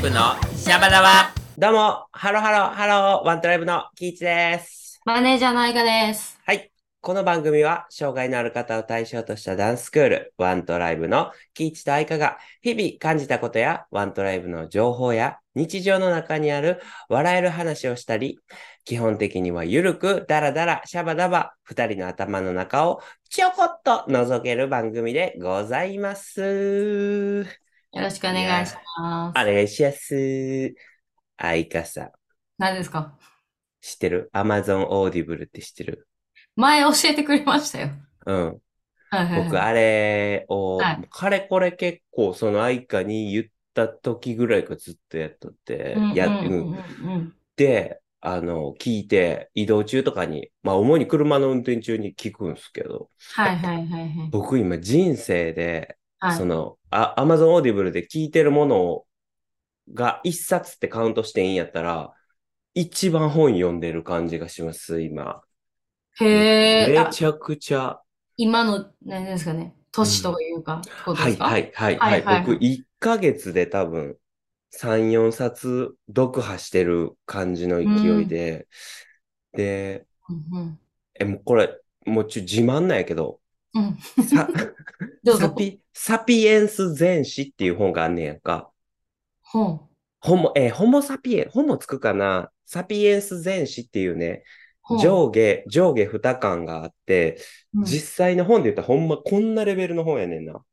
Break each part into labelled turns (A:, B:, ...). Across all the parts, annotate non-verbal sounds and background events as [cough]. A: ブのシャバダワ
B: どうも、ハロハロ、ハロー、ワントライブのキイチです。
C: マネージャーの愛がです。
B: はい。この番組は、障害のある方を対象としたダンススクール、ワントライブのキイチとアイカが、日々感じたことや、ワントライブの情報や、日常の中にある笑える話をしたり、基本的にはゆるく、ダラダラ、シャバダバ、二人の頭の中をちょこっと覗ける番組でございます。
C: よろしくお願いします。
B: あれしやす。アイカさん。
C: 何ですか
B: 知ってる ?Amazon Audible って知ってる
C: 前教えてくれましたよ。
B: うん。
C: はいはいはい
B: 僕、あれを、
C: はい
B: かれこれ結構、その愛花に言った時ぐらいからずっとやっとって、や
C: うんうん
B: うん
C: うんうん
B: で、あの、聞いて、移動中とかに、まあ、主に車の運転中に聞くんですけど、
C: はいはいはいはい。
B: 僕今人生で、
C: はい
B: その、あ、Amazon Audible で聞いてるものが一冊ってカウントしていいんやったら、一番本読んでる感じがします、今。
C: へえ。
B: め
C: あ
B: ちゃくちゃ。
C: 今の、何ですかね。年というか、ってこと
B: は
C: で
B: い
C: すか
B: はいはいは。
C: はいいはい
B: 僕、1ヶ月で多分、3、4冊読破してる感じの勢いで、で、
C: うんうん
B: え、もうこれ、もうちょ、自慢なんやけど、
C: うん。
B: サ
C: [laughs] どう
B: サ
C: ぞ。
B: ピ、サピエンス全史っていう本があんねやんか。
C: 本。
B: ホモ、えーホモサピエン、ホモつくかなサピエンス全史っていうね、
C: 本。
B: 上下、上下2巻があって、
C: うん
B: 実際の本で言ったらほんまこんなレベルの本やねんな。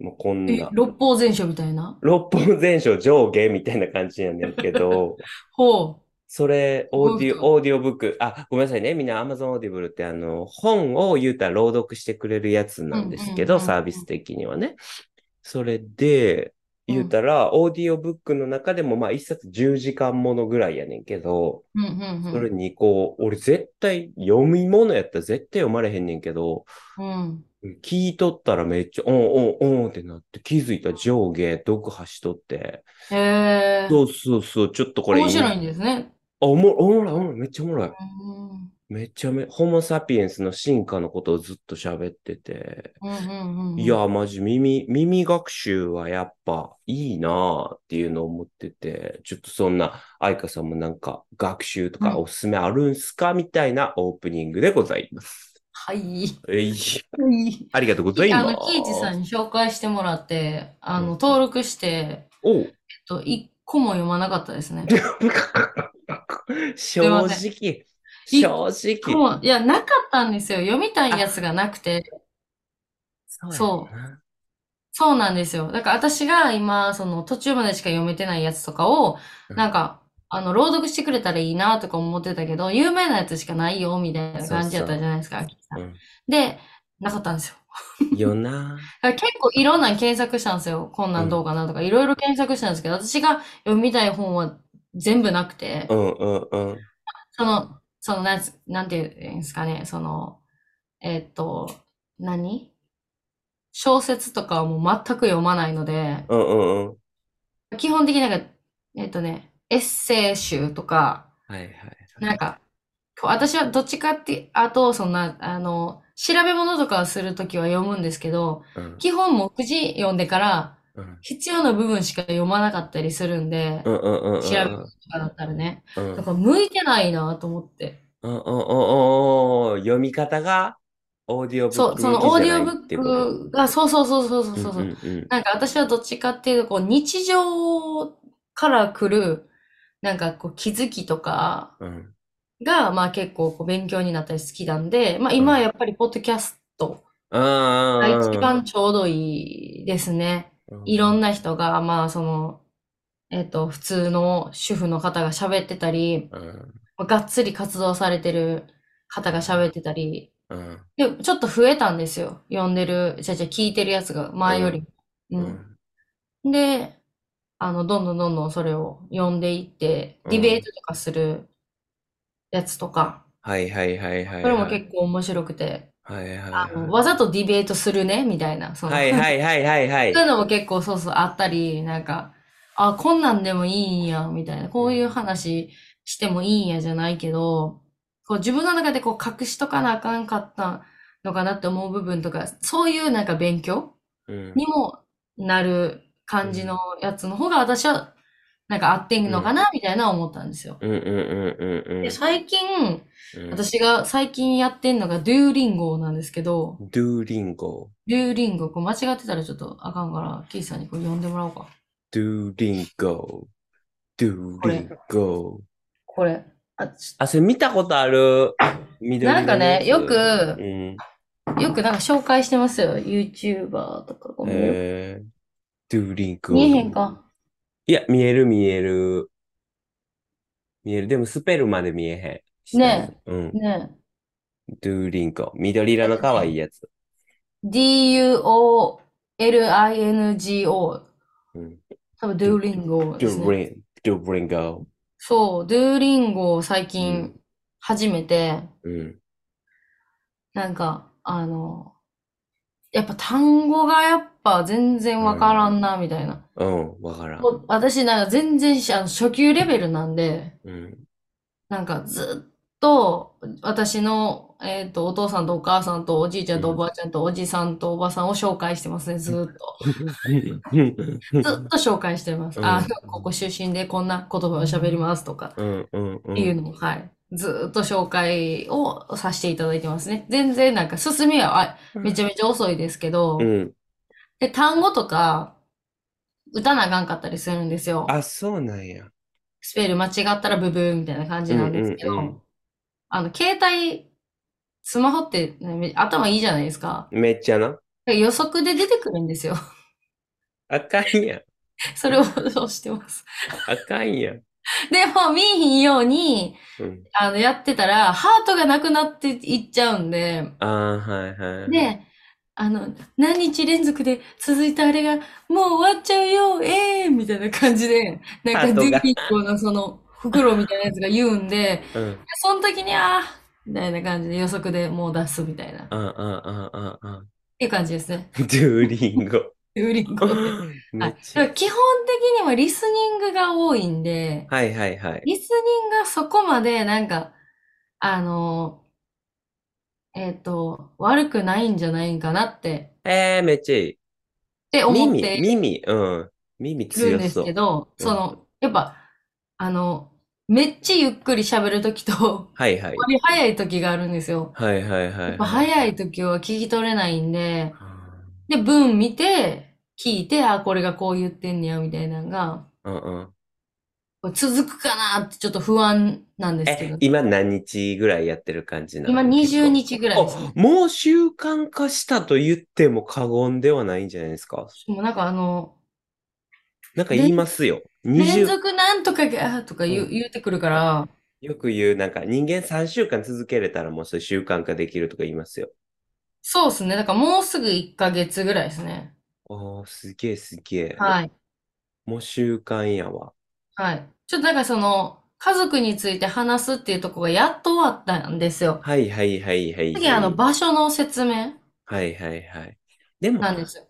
B: もうこん
C: え
B: な。
C: 六法全書みたいな。
B: 六本全書上下みたいな感じやねんけ
C: [laughs]
B: ど、
C: ほ
B: それ、オーディ
C: 本
B: オ、オーディオブック、あ、ごめんなさいね。みんな Amazon Audible ってあの、本を言うたら朗読してくれるやつなんですけど、
C: うんうんうんうん
B: サービス的にはね。それで、
C: うん
B: 言うたら、オーディオブックの中でも、まあ、一冊10時間ものぐらいやねんけど、
C: う。うんうんうん
B: それにこう、俺絶対読み物やったら絶対読まれへんねんけど、
C: うん。
B: 聞いとったらめっちゃ、おんおんおんってなって、気づいた上下、読破しとって、
C: へえ。
B: そうそうそう、ちょっとこれ
C: 面白いん
B: ね。
C: ですね。
B: あ、おもろおもろい、おもろい、めっちゃおもろい。
C: うん
B: めちゃめ、ホモサピエンスの進化のことをずっと喋ってて。
C: うんうんうんうん
B: いや、マジ耳、耳学習はやっぱいいなあっていうのを思ってて、ちょっとそんな、愛花さんもなんか学習とか
C: うん
B: おすすめあるんすかみたいなオープニングでございます。
C: はい。
B: えい、
C: はい。
B: ありがとうござい
C: あ
B: ま
C: の、キイチさん
B: す。
C: に紹介してもらって、あ
B: うん
C: の、登録して、え
B: おう [laughs]
C: っと、一個も読まなかったですね。
B: 正
C: ませ
B: 直、
C: い
B: 正
C: 一個
B: 直。
C: もいや、なかったんですよ。読みたいやつがなくて。
B: そ
C: そう
B: やな。
C: そうなんですよ。だから私が今、その途中までしか読めてないやつとかを、
B: うん
C: なんか、あの、朗読してくれたらいいなとか思ってたけど、有名なやつしかないよ、みたいな感じだったじゃないですか、秋さん
B: うん
C: で、なかったんですよ。
B: よな。
C: だから結構いろんなん検索したんですよ。こんなんどうかなとか、いろいろ検索したんですけど、私が読みたい本は全部なくて
B: う、んうんうん。
C: その、その、なんつ、なんていうんですかね、その、えーっと、何小説とかはもう全く読まないので、
B: うんうんうん。
C: 基本的になんか、えーっとね、エッセイ集とか、
B: はいはい。
C: なんか、こう私はどっちかって、あと、そんな、あの、調べ物とかをするときは読むんですけど、
B: うん
C: 基本目次読んでから、
B: うん
C: 必要な部分しか読まなかったりするんで、
B: うんうんうんうん。
C: 調べ物とかだったらね。
B: うんうん
C: だから向いてないなと思って。
B: うんうんうんうん。読み方がオーディオブック
C: そう、そのオーディオブックが、そうそうそうそうそうそうそう。
B: 向きじゃないってこと
C: なんか私はどっちかっていうと、こう、日常から来る、なんかこう、気づきとか
B: うんうんうん
C: が、まあ結構こう勉強になったり好きなんで、まあ今はやっぱりポッドキャスト
B: あ
C: が
B: ー
C: 一番ちょうどいいですね。いろんな人が、まあその、えっと、普通の主婦の方が喋ってたり、
B: うん
C: まあがっつり活動されてる方が喋ってたり、
B: うん
C: で、ちょっと増えたんですよ。読んでる、じゃじゃ聞いてるやつが、前よりも。
B: う
C: うん
B: ん
C: で、あの、どんどんどんどんそれを読んでいって、
B: うん
C: ディベートとかするやつとか、
B: はいはいはいはいはい。
C: これも結構面白くて、
B: はいはいはい。
C: あの、わざとディベートするね、みたいな、その、
B: はいはいはいはいはい
C: そういうのも結構そうそうあったり、なんか、あ、こんなんでもいいんや、みたいな、こういう話してもいいんやじゃないけど、こう自分の中でこう隠しとかなあかんかったのかなって思う部分とか、そういうなんか勉強
B: うん
C: にもなる感じのやつの方が私はなんかあってんのかな、みたいな思ったんですよ。
B: うんうんうんうんう
C: で、
B: ん。
C: 最近、
B: うん、
C: 私が最近やってんのが、ドゥーリンゴなんですけど、
B: ドゥーリンゴ。
C: ドゥーリンゴ、こう間違ってたらちょっとあかんから、キーさんにこれ読んでもらおうか。
B: ドゥーリンゴ。ドゥーリンゴ。
C: これ。あ、ち
B: あ、それ見たことある。緑の
C: なんかね、
B: や
C: よ
B: つ
C: く、、
B: うん。
C: よくなんか紹介してますよ。YouTuber とか。ごめんよ
B: えー、ドゥーリンゴ。
C: 見えへんか。
B: いや、見える見える。見える。でもスペルまで見えへん。
C: ね
B: え。うん。
C: ね。
B: ドゥーリンゴ。緑色の可愛いやつ。
C: D-U-O-L-I-N-G-O。
B: うん。
C: 多分、ドゥーリンゴ
B: ド
C: です
B: ゥー
C: ね。
B: リン、ドゥーリンゴ。
C: そう、ドゥーリンゴを最
B: う
C: 近
B: ん
C: 始めて、
B: うん。
C: なんか、あの、やっぱ単語がやっぱ全然わからんな、みたいな。
B: うん。わからん。
C: もう私なんか全然しあの初級レベルなんで、
B: うん。
C: なんかずっと私の、えっと、お父さんとお母さんとおじいちゃんとおばあちゃんとおじさんとおばさんを紹介してますね、ずーっ
B: [laughs]
C: と。ずっと紹介してます。あ
B: うん
C: の、ここ出身でこんな言葉を喋りますとか、
B: うんうんうん。
C: っていうのを、はい。ずーっと紹介をさせていただいてますね。全然なんか進みはあめちゃめちゃ遅いですけど
B: う、ん。
C: で、単語とか、打たなあかんかったりするんですよ。
B: あ、そうなんや。
C: スペル間違ったらブブーみたいな感じなんですけ
B: うんうんうん
C: ど、あの、携帯、スマホってね頭いいじゃないですか。
B: めっちゃな。
C: 予測で出てくるんですよ。 [laughs]
B: あかんやん。
C: それをどうしてます。 [laughs]
B: あかんやん。
C: でも、見えひんように、
B: うん。
C: あの、やってたら、ハートがなくなっていっちゃうんで、
B: ああ、はいはい。
C: で、あの、何日連続で続いたあれが、もう終わっちゃうよ、ええみたいな感じで、な
B: ハー
C: ん
B: ト
C: か、
B: が
C: デビッコのその、袋みたいなやつが言うんで、
B: うん。
C: その時に、あーみたいな感じで予測でもう出すみたいな。っ
B: ああ、ああ、ああ。
C: ていう感じですね。
B: ドゥーリンゴ。
C: ウリンゴ。はい。
B: め
C: だ
B: っ
C: か
B: ちゃ
C: ら。基本的にはリスニングが多いんで、
B: はいはいはい。
C: リスニングがそこまでなんか、あの、えっと、悪くないんじゃないんかなって、
B: えー、めっちゃいい。
C: って思っ
B: 耳、
C: て
B: 耳、うん。耳
C: いるん
B: 強
C: です
B: そう
C: け。ど、
B: 強
C: そ
B: そう
C: の、やっぱ、あの、めっちゃゆっくり喋るときと、よ
B: はいはい。
C: り早いときがあるんですよ。
B: はいはいはい。
C: やっぱ早いときは聞き取れないんで、
B: うん。
C: で、文見て、聞いて、あ、これがこう言ってんねや、みたいなのが、
B: うんうん。
C: これ続くかなってちょっと不安なんですけ
B: え
C: ど、、
B: 今何日ぐらいやってる感じなの
C: 今20日ぐらいですね。
B: もう習慣化したと言っても過言ではないんじゃないですか。
C: もうなんかあの、
B: なんか言いますよ。
C: 連
B: 20、
C: 続なんとかが、とか言う、
B: うん
C: 言うてくるから、
B: よく言う、なんか人間3週間続けれたらもうそれ習慣化できるとか言いますよ。
C: そうですね。だからもうすぐ1ヶ月ぐらいですね。
B: おー、すげえすげえ。
C: はい。
B: もう習慣やわ。
C: はい。ちょっとなんかその、家族について話すっていうところがやっと終わったんですよ。
B: はいはいはいはい、
C: 次、あの、場所の説明
B: はいはいはい。でも、
C: なんですよ。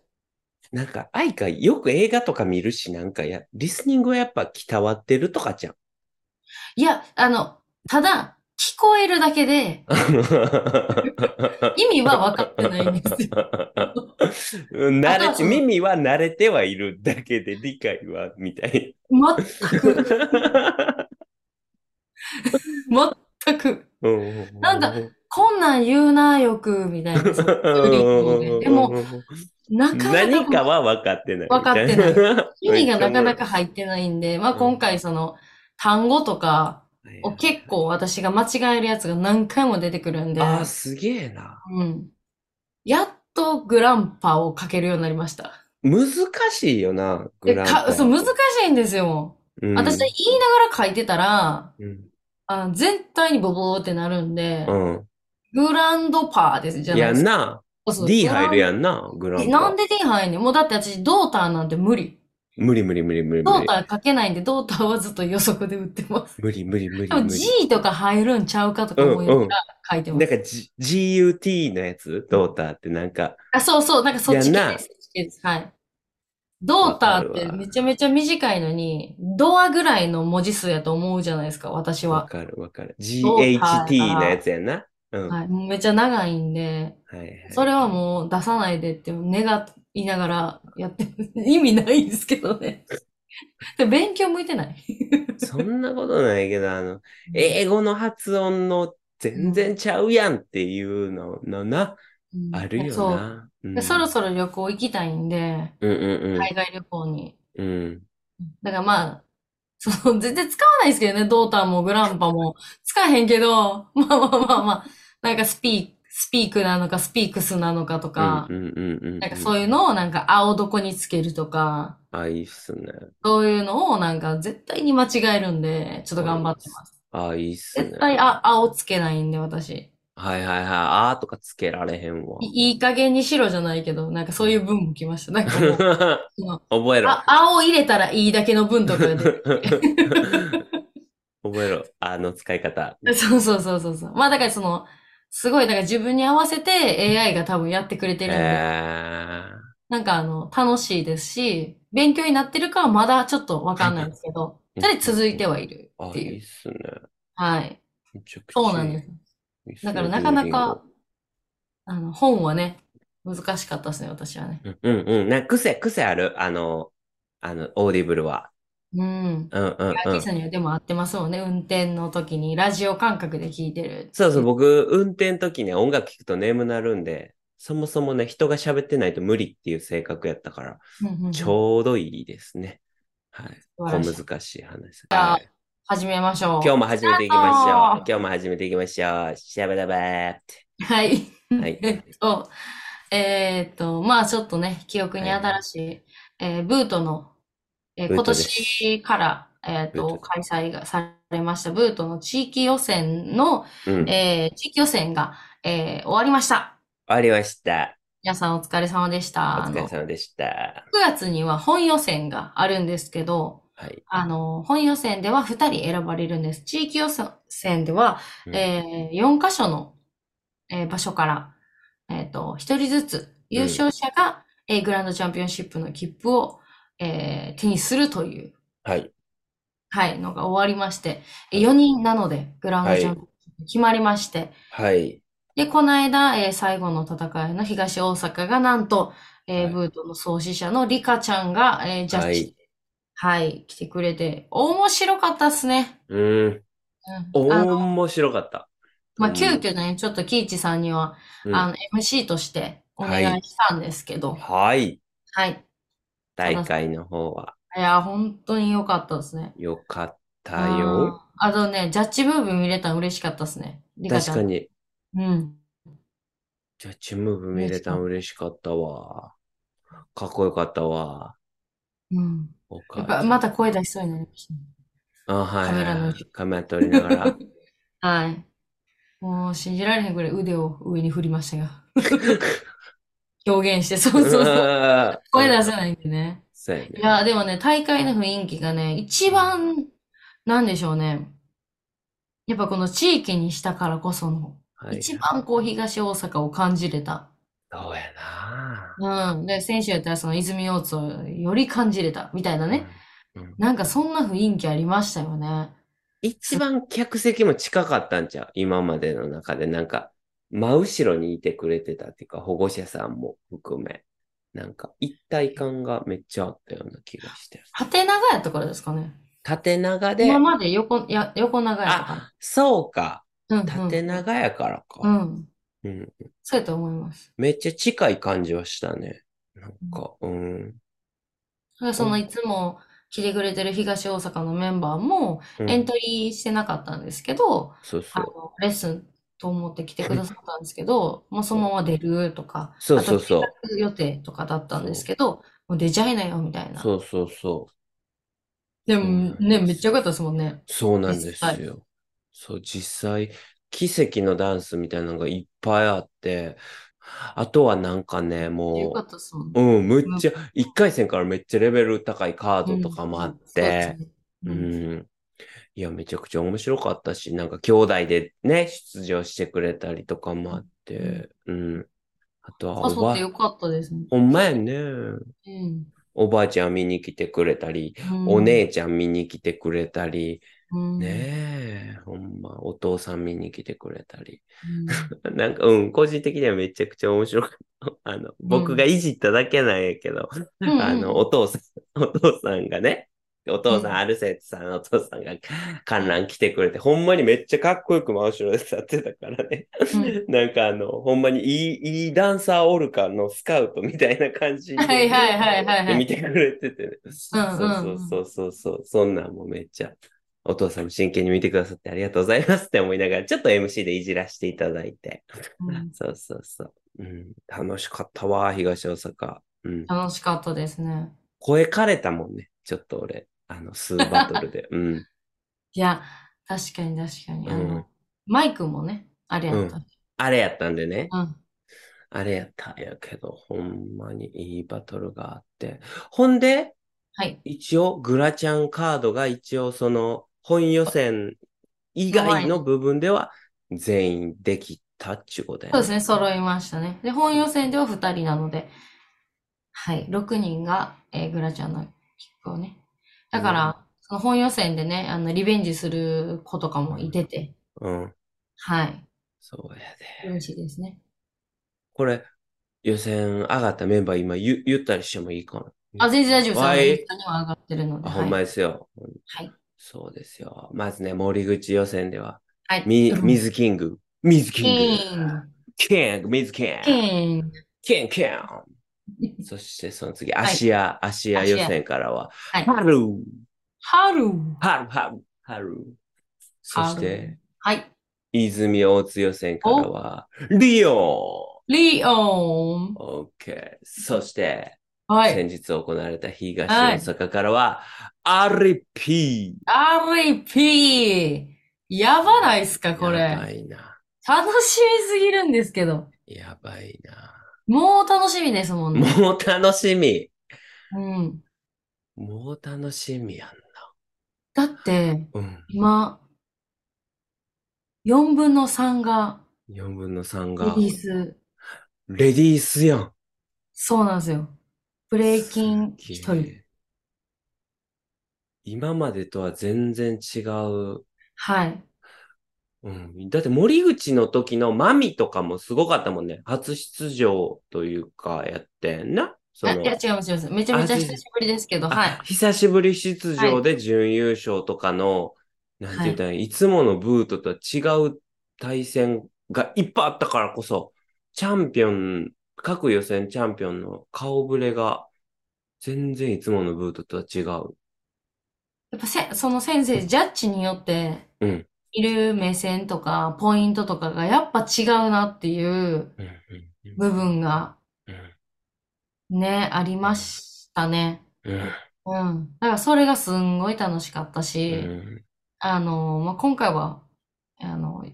B: なんか、愛かよく映画とか見るし、なんかや、リスニングはやっぱきたわってるとか
C: [laughs]
B: じゃん。
C: いや、あの、ただ、聞こえるだけで、意味は分かってないんですよ。
B: うん慣れ
C: あと
B: て、耳は慣れてはいるだけで理解は、みたい
C: 全く、
B: な。
C: 全く、
B: な
C: [laughs] なんだこんなん言うな、よく、
B: [laughs]
C: みたいな。でも、なかな
B: 何
C: か
B: かは分かってない。
C: 分かってない
B: [laughs] な
C: 意味がなかなか入ってないんで、まあ
B: うん
C: 今回その、単語とか
B: はい
C: を結構私が間違えるやつが何回も出てくるんで、
B: あー、すげえな。
C: うん。やっとグランパをかけるようになりました。
B: 難しいよな、
C: で
B: グラン
C: か
B: パ
C: そう難しいんですよ。
B: うん
C: 私言いながら書いてたら、
B: うん
C: あ全体にボボーってなるんで、
B: うん。
C: グランドパーです、じゃない
B: や
C: で
B: ん
C: すか。
B: な。
C: そうそう
B: D
C: グラン
B: 入るやんな、グラン
C: え
B: パ。
C: なんで D 入んねんもうだって私、ドーターなんて無理。
B: 無理無理無理無理
C: ド
B: 無
C: ー
B: 理
C: タ。ーかけないんで、ドーターはずっと予測で打ってます。
B: 無理無理無理
C: でも
B: 無理。
C: G とか入るんちゃうかとか思いながら書いてます。
B: なんか、G、GUT のやつドーターってなんか、
C: あ、そうそう、なんかそっち系
B: いやな
C: です。そっち系ですはい。ドーターっ
B: わか
C: て
B: るわ
C: めちゃめちゃ短いのに、ドアぐらいの文字数やと思うじゃないですか、私
B: わ
C: は。
B: かるわかる。
C: ドーターやから
B: GHT のやつやんな。うん。は
C: はい。もうめっちゃ長いんで、
B: いはい。
C: それは
B: [laughs]
C: もう出さないでって願いながらやって、意味ないんですけどね。で勉強向いてない
B: そんなことないけど、あの、英語の発音の全然ちゃうやんっていうののな、
C: うん
B: あるよ
C: そう。
B: な。うん
C: でそろそろ旅行行きたいんで、
B: うんうん
C: 海外旅行に。
B: うん。うん。
C: だからまあ、その、全然使わないですけどね、ドータンもグランパも。使えへんけど、まあまあまあまあ、なんかスピー、スピークなのか、スピークスなのかとか
B: う、んうんうんうん。
C: なんかそういうのをなんか青どこにつけるとか、
B: あ、いいっすね。
C: そういうのをなんか絶対に間違えるんで、ちょっと頑張ってます。
B: あ、いいっすね。
C: 絶対あ、青つけないんで、私。
B: はいはいはい。あーとかつけられへんわ。
C: いいい加減にしろじゃないけど、なんかそういう文も来ました。なん
B: [laughs]
C: かもうその、
B: 覚えろ。
C: あ、青入れたらいいだけの文とかで。
B: [laughs] 覚えろ。あの使い
C: [laughs]
B: 方。
C: そうそうそうそうそう。まあだからその、すごい、だから自分に合わせて AI が多分やってくれて
B: え
C: るんで、
B: ー
C: なんかあの、楽しいですし、勉強になってるかはまだちょっとわかんないですけど、
B: うん
C: ただ続いてはいる
B: あ
C: っ、て
B: いい
C: い
B: っ
C: う。
B: すね。
C: はい。
B: めちゃくちゃいい。
C: そうなんです。
B: いいっすね
C: だからなかなか、あの、本はね、難しかったですね、私はね。
B: Duolingo うんうんうん。なんか癖、癖ある。あの、あの、オーディブルは。
C: うん。
B: うんうんうん。
C: アキさんにはでも合ってますもんね、運転の時にラジオ感覚で聞いてる。
B: そうそう、僕、運転の時ね、音楽聴くと眠なるんで、そもそもね、人が喋ってないと無理っていう性格やったから、
C: うんうん
B: ちょうどいいですね。はい。小
C: 素晴らしい
B: 難しい話。はい
C: 始めましょう。
B: 今日も始めていきましょ
C: あ
B: う。今日も始めていきましょう。しゃべらばーって。
C: はい。
B: はい
C: えっと、えーっと、まあちょっとね、記憶に新しい、えーブートの、えー
B: ブー
C: 今
B: トです
C: 年から、えーっ
B: ブー
C: と、
B: ト
C: 開催がされました、ブートの地域予選の、
B: うん。終
C: えー地域予選が、えー終わりました。
B: わりました。
C: 皆さんお疲れ様でした。
B: お
C: あ
B: 疲れ
C: の、9
B: 様でした。
C: 月には本予選があるんですけど、
B: はい。
C: あの、本予選では2人選ばれるんです。地域予選では、
B: うん
C: えー4箇所の、えー場所から、えっと、1人ずつ優勝者が、えーグランドチャンピオンシップの切符を、えー手にするという、
B: はい。
C: はい、のが終わりまして、4人なのでグランドチャンピオンシップ決まりまして、
B: はい。
C: で、この間、えー最後の戦いの東大阪がなんと、えー
B: はい
C: ブートの創始者のリカちゃんが、えージャッジ
B: はい
C: はい、来てくれて、面白かったっすね。
B: うん。
C: うんあの、
B: 面白かった。
C: まあ、
B: うん
C: 急遽ね、ちょっとキイチさんには、
B: うん
C: あの、MC としてお願いしたんですけど、
B: はい。
C: はい。
B: 大会の方は
C: はい、いや、本当に良かったですね。
B: 良かったよ。
C: あーあとね、ジャッジムーブ見れたの嬉しかったですね。リカ
B: 確
C: ちゃ
B: か
C: ん。
B: に。
C: うん。
B: ジャッジムーブ見れたん嬉しかったわ。かっこよかったわ。
C: うん。
B: お母
C: やっ
B: さ
C: ぱ
B: ん
C: また声出しそうになりまし
B: あ、はい
C: カメラの
B: はい。カメラ撮りなが
C: [laughs]
B: ら。
C: た。はい。もう信じられへんぐらい腕を上に振りましたが。表現して、そうそうそう。
B: う
C: 声出
B: す。
C: せないんでね。
B: そうやね
C: いや、でもね、大会の雰囲気がね、一番、なんでしょうね。やっぱこの地域にしたからこその、
B: はい
C: 一番こう東大阪を感じれた。
B: そうやな。
C: うん。で、選手やったらその泉大津をより感じれた、みたいなね。なんかそんな雰囲気ありましたよね。
B: 一番客席も近かったんちゃう今までの中で。なんか、真後ろにいてくれてたっていうか、保護者さんも含め。なんか、一体感がめっちゃあったような気がして。
C: 縦長やったからですかね。
B: 縦長で、
C: 今まで横、や、横長やったから。
B: あ、そうか。
C: うんうん。
B: 縦長やから
C: う
B: か。
C: ん。
B: うん。
C: そうやと思います。
B: めっちゃ近い感じはしたね。なんか、うん。
C: だからそのいつも来てくれてる東大阪のメンバーも
B: うん
C: エントリーしてなかったんですけど、
B: そうそ
C: あ
B: う。
C: の、レッスンと思って来てくださったんですけど、もうそのまま出るとか、
B: そうそうそう
C: あと計画予定とかだったんですけど、もう出ちゃいなよみたいな。
B: そうそうそう。そうなんです
C: でもね、めっちゃ良かったですもんね。
B: そうなんです
C: 実
B: よ。そう、実際、奇跡のダンスみたいなのがいっぱいあって、あとはなんかね、
C: 良か
B: も
C: ったですもんね。
B: う、うん、むっちゃ、一回戦からめっちゃレベル高いカードとかもあって、
C: う、
B: うん
C: そうですね
B: ん。いや、めちゃくちゃ面白かったし、なんか兄弟でね、出場してくれたりとかもあって、うん。あとは、
C: う
B: お
C: ん誘っ
B: ば
C: て、良かったですね。
B: ほんまやね。
C: うん。
B: おばあちゃん見に来てくれたり、
C: うん
B: お姉ちゃん見に来てくれたり、
C: うん
B: ねえ、ほんま、お父さん見に来てくれたり。
C: うん
B: なんか、うん、個人的にはめちゃくちゃ面白かった。 [laughs] あの、僕がいじっただけなんやけど、 [laughs]
C: うんうん
B: あの、お父さん、お父さんがね、お父さん、
C: うん
B: アルセットさんのお父さんが観覧来てくれて、ほんまにめっちゃかっこよく真後ろで立ってたからね。
C: [laughs] うん
B: なんかあの、ほんまにいい、いいダンサーおるかのスカウトみたいな感じで。
C: はいはいはいはいはい
B: で見てくれててね。
C: うんうん
B: そうそうそうそうそう。そんなんもめっちゃ、お父さんも真剣に見てくださってありがとうございますって思いながら、ちょっと MC でいじらしていただいて。
C: うん
B: そうそうそう。うん、楽しかったわ、東大阪。うん。
C: 楽しかったですね。
B: 声枯れたもんね。ちょっと俺、あの、スーバトル
C: [laughs]
B: で。うん。
C: いや、確かに確かに。あ
B: うん
C: の、マイクもね、あれやったし。
B: あれやったんでね。
C: うん。
B: あれやったんやけど、ほんまにいいバトルがあって。ほんで、
C: はい。
B: 一応、グラちゃんカードが一応、その、本予選以外の部分では、全員できたっちゅうことやね
C: そうですね、揃いましたね。で、本予選では2人なので、はい、6人が、えーグラちゃんのキックをね。だから、その本予選でね、あの、リベンジする子とかもいてて、
B: うん。
C: はい、
B: そうやで。
C: 嬉しいですね。
B: これ、予選上がったメンバー今言言ったりしてもいいかな
C: あ、全然大丈夫です。あ
B: は
C: の、
B: い
C: インスタには上がってるので、
B: あ、
C: はい
B: ほんまですよ。
C: はい。
B: そうですよ。まずね、森口予選では、
C: はい。
B: み、
C: うん
B: 水キング、水キング、
C: キング。
B: キング、水キング、
C: キング。
B: キング、キング。そしてその次、アシア、アシア
C: アシ
B: 予
C: ア
B: 選からは、
C: はい
B: ハル、
C: 春。
B: ハル、ハル、ハル。そして、
C: はい。
B: 泉大津予選からは、リオ
C: リオン
B: ン。。オッケー。そして、
C: はい。
B: 先日行われた東
C: は
B: 大
C: い
B: 阪からは、アリピ
C: RP。やばないっすか、
B: ー。
C: こ
B: やば
C: れ。
B: いな。
C: 楽しみすぎるんですけど。
B: やばいな。
C: もう楽しみですもんね。
B: もう楽しみ。
C: うん。
B: もう楽しみや
C: だって、
B: んな。うん。
C: 今、4分の3が
B: 4分の3
C: リ
B: が。
C: リース。
B: レディースやん。
C: そうなんですよ。ブレイキン1
B: すっげ
C: 人。
B: え今までとは全然違う。
C: はい。
B: うん。だって森口の時のマミとかもすごかったもんね。初出場というかやってんな。そ
C: あ
B: の
C: いや、違います、違います。めちゃめちゃ
B: あ
C: 久しぶりですけど、
B: あ
C: はい。
B: 久しぶり出場で準優勝とかの、なんて言ったらいい、いつものブートとは違う対戦がいっぱいあったからこそ、チャンピオン、各予選チャンピオンの顔ぶれが、全然いつものブートとは違う。
C: やっぱせ、その先生、ジャッジによって
B: うん、
C: いる目線とか、ポイントとかがやっぱ違うなっていう
B: うんうんうん
C: 部分が
B: うん
C: ね、ありましたね。
B: うん
C: うん。だからそれがすんごい楽しかった
B: う
C: し、
B: ん
C: あの、まあ、今回は、あの、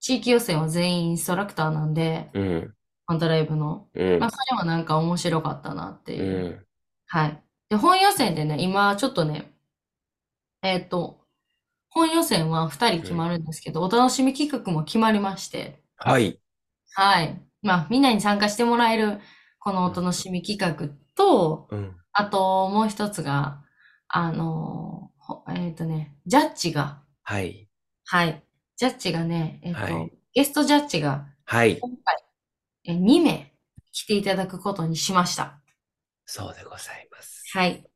C: 地域予選は全員インストラクターなんで、
B: うん
C: ファンタライブの。
B: うん
C: まあ、それはなんか面白かったなって
B: う
C: いう。
B: ん
C: はい。で、本予選でね、今ちょっとね、えーっと、本予選は2人決まるんですけど、お楽しみ企画も決まりまして、
B: はい。
C: はい。まあ、みんなに参加してもらえる、このお楽しみ企画と、
B: うん
C: あともう一つが、あのーほえーっとね、ジャッジが、
B: はい。
C: はい。ジャッジがね、えーっと、
B: はい
C: ゲストジャッジが、
B: はい。
C: 今回、えー、2名来ていただくことにしました。
B: そうでございます。
C: はい。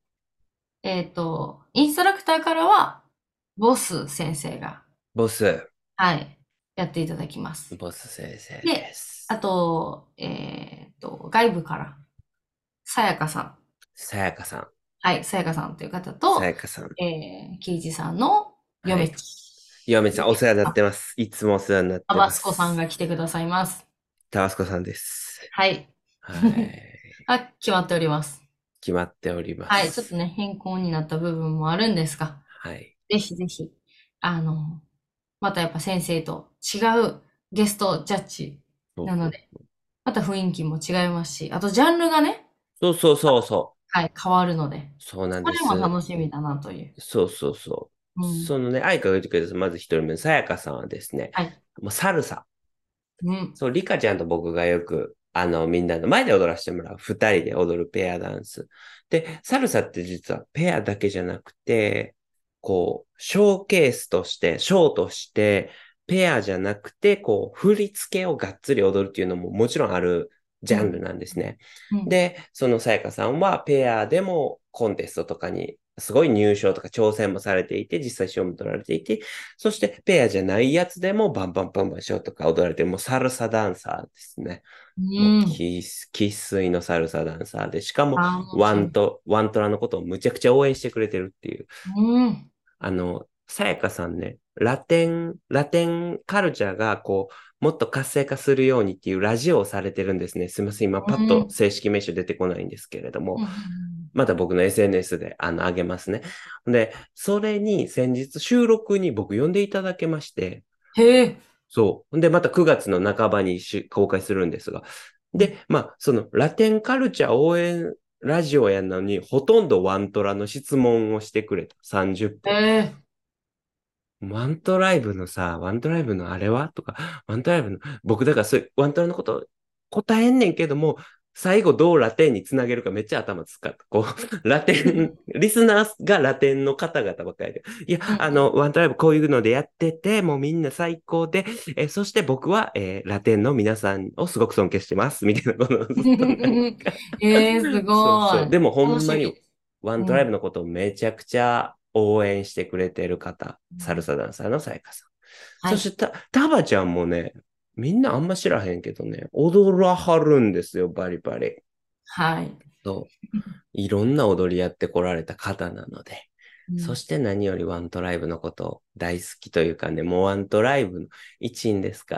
C: えっと、インストラクターからは、ボス先生が、
B: ボス、
C: はい、やっていただきます。
B: ボス先生です。
C: あと、えっと、外部から、さやかさん、
B: さやかさん。
C: はい、さやかさんという方と
B: さ、やかさん。
C: えー、ケイジさんの嫁
B: はい岩見さん、お世話になってます。いつもお世話になって
C: タ
B: ま
C: バ
B: す。
C: スコさん。が来てくださいます。
B: タバスコさんです。
C: はい。
B: はい。
C: あ、決まっております。
B: 決まっております。
C: はい、ちょっとね、変更になった部分もあるんですが、
B: はい。
C: ぜひぜひ、あの、またやっぱ先生と違うゲストジャッジなので、また雰囲気も違いますし、あとジャンルがね、
B: そうそうそうそ
C: はい、変わるので、
B: う。そうなん
C: こ
B: で
C: れ
B: す。
C: も楽しみだなという。
B: そうそうそうう。
C: ん。
B: そのね、愛花が言ってくれた、まず一人目、さやかさんはですね、
C: はい
B: もうサルサ。
C: うん。
B: そう、リカちゃんと僕がよく、あの、みんなの前で踊らせてもらう。二人で踊るペアダンス。で、サルサって実はペアだけじゃなくて、こう、ショーケースとして、ショーとして、ペアじゃなくて、こう、振り付けをがっつり踊るっていうのももちろんあるジャンルなんですね。
C: うん、
B: で、そのさやかさんはペアでもコンテストとかにすごい入賞とか挑戦もされていて、実際賞も取られていて、そしてペアじゃないやつでもバンバンバンバン賞とか踊られて、もうサルサダンサーですね。
C: う。
B: もうん生粋のサルサダンサーで、しかも
C: あー
B: ワンと、ワントラのことをむちゃくちゃ応援してくれてるっていう。
C: うん。
B: あの、さやかさんね、ラテン、ラテンカルチャーが、こう、もっと活性化するようにっていうラジオをされてるんですね。すみません、今パッ
C: う
B: と
C: ん
B: 正式名称出てこないんですけれども、
C: うん
B: また僕の SNS で、あの、あげますね。で、それに先日収録に僕呼んでいただけまして、
C: へえ。
B: そう。で、また9月の半ばにし公開するんですが。で、まあ、その、ラテンカルチャー応援ラジオやのに、ほとんどワントラの質問をしてくれた。30分。
C: へ [laughs] え。
B: ワントライブのさ、ワントライブのあれはとか、ワントライブの、僕だからそういうワントラのこと答えんねんけども、最後どうラテンにつなげるかめっちゃ頭使った。こう、 [laughs] ラテン、リスナーがラテンの方々ばっかりで。いや、
C: うん
B: あの、ワントライブこういうのでやってて、もうみんな最高で、えそして僕は、えーラテンの皆さんをすごく尊敬してます、みたいなことをずっとね
C: [laughs] えー、すご
B: そう
C: い。
B: そうでもほんまに
C: 楽し
B: ワントライブのことをめちゃくちゃ応援してくれてる方、
C: うん
B: サルサダンサーのさやかさん。
C: はい
B: そしてた、タバちゃんもね、みんなあんま知らへんけどね、踊らはるんですよ、バリバリ。
C: みはい。
B: そう。いろんな踊りやってこられた方なので、そして何よりワントライブのことを大好きというかね、もうワントライブの一員ですか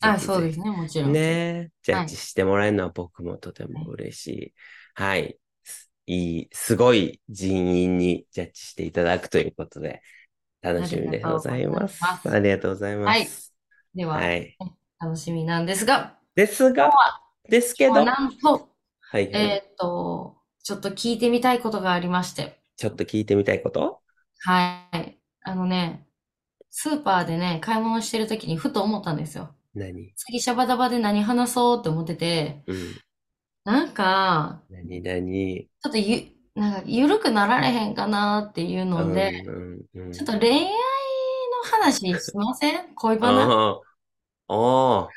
B: ら。
C: あ、
B: ぜひぜひ
C: そうですね、もちろん。
B: ねえ、ジャ
C: は
B: ッ
C: い
B: ジしてもらえるのは僕もとても嬉しい。はい。すいい、すごい人員にジャッジしていただくということで、楽しみでございます。あ
C: あ
B: りがとうございます。
C: では、
B: はい。
C: 楽しみなんですが、
B: ですが、ですけど、はい
C: なんと、
B: はい、
C: えーっと、ちょっと聞いてみたいことがありまして。
B: ちょっと聞いてみたいこと
C: はい。あのね、スーパーでね、買い物してるときにふと思ったんですよ。
B: 何
C: 次、シャバダバで何話そうって思ってて、
B: うん。
C: なんか、
B: 何何
C: ちょっとゆ、なんか、ゆるくなられへんかなっていうので、
B: うんうんうん
C: ちょっと恋愛の話しません恋バナ。
B: ああ、あ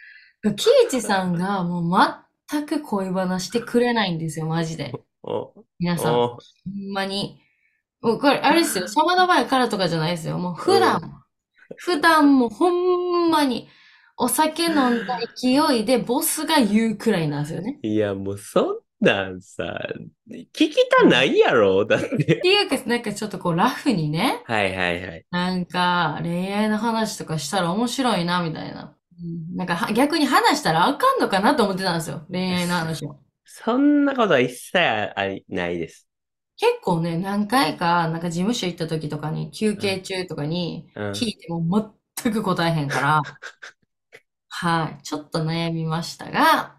B: あ、
C: キイチさんがもう全く恋バナしてくれないんですよ、マジで。
B: お
C: 皆さん、ほ
B: お
C: んまに。もうこれ、あれですよ、シャバの前からとかじゃないですよ。もう普段、普段もうほんまに、お酒飲んだ勢いでボスが言うくらいなんですよね。
B: いや、もうそんなんさ、聞きたないやろだって
C: っ。ていうか、なんかちょっとこうラフにね、
B: はいはいはい。
C: なんか恋愛の話とかしたら面白いな、みたいな。うんなんかは逆に話したらあかんのかなと思ってたんですよ、恋愛の話を。
B: そんなことは一切ありないです。
C: 結構ね、何回か、なんか事務所行った時とかに、休憩中とかに、
B: うん
C: 聞いても全く答えへんから、はい、ちょっと悩みましたが、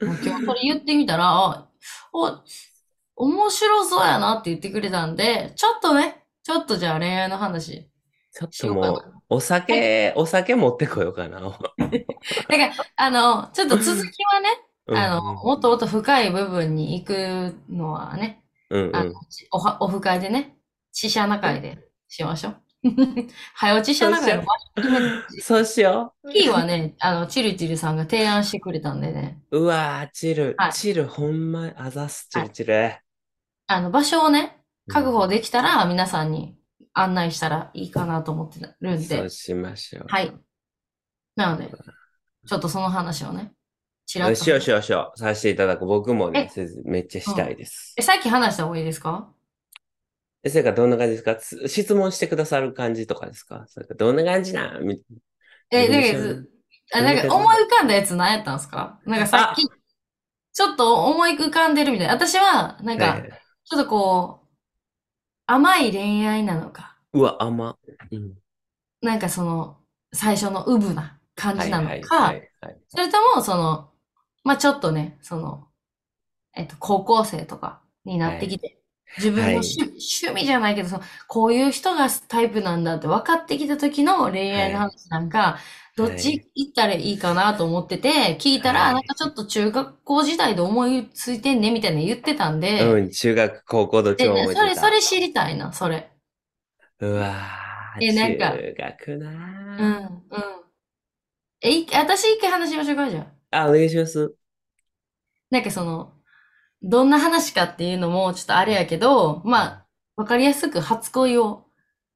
C: もう今日これ言ってみたら、あお、面白そうやなって言ってくれたんで、ちょっとね、ちょっとじゃあ恋愛の話
B: ちょっ
C: し
B: と
C: ようか
B: も
C: な。
B: う、お酒、お酒持ってこようかな。
C: だから、あの、ちょっと続きはね、
B: うん
C: あの、もっともっと深い部分に行くのはね、
B: うんう
C: あの
B: ん。、
C: おは、オフ会でね、試写な会でしましょう。 [laughs] はよ、試写な会の
B: そうしよ
C: キーはね、あの、チルチルさんが提案してくれたんでね、
B: う。うわー、チル
C: は、い
B: チル、ほんま、あざす、チ
C: は
B: ル
C: い
B: チル。
C: あの、場所をね、確保
B: で
C: できたら皆さんに案内したらいいかなと思ってるん
B: そ
C: で
B: う、しましょう。
C: はい。なので、ちょっとその話をね、ちらっ
B: よ
C: と。
B: しよしよしよ、させていただく。僕もね
C: え、
B: せずめっちゃしたいです
C: え、。さっき話した方がいいですか
B: え、それからどんな感じですかつ質問してくださる感じとかですかそれからどんな感じなんみ
C: え、
B: 自
C: だ
B: 分で
C: けど
B: 喋る、
C: あ、なんか思い浮かんだやつ何やったんですかなんかさっき、ちょっと思い浮かんでるみたいな。私は、なん
B: は
C: か
B: い、はい
C: ちょっとこう、甘い恋愛なのか、
B: うわ、甘。うん。
C: なんかその、最初のウブな感
B: は
C: じ
B: い
C: な
B: は
C: の
B: いは
C: か、
B: いはい。
C: それとも、その、まあ、ちょっとね、その、えっと、高校生とかになってきて、自分の
B: はい
C: 趣、趣味じゃないけど、その、こういう人がタイプなんだって分かってきた時の恋愛の話なんか、どっ
B: は
C: ち行ったらいいかなと思ってて、聞いた
B: は
C: ら、
B: い
C: なんかちょっと中学校時代で思いついてんねみたいな言ってたんで、
B: うん、中学、高校どっち
C: で
B: も
C: ね、
B: 覚え
C: それ、
B: てた
C: そ。れ知りたいな、それ。
B: うわー、
C: でなんか
B: 中学な
C: うん、う
B: ー、
C: ん。え、い私一回話しましょうか、じゃあ。
B: あ、お願いします。
C: なんかその、どんな話かっていうのもちょっとあれやけど、まあ、わかりやすく初恋を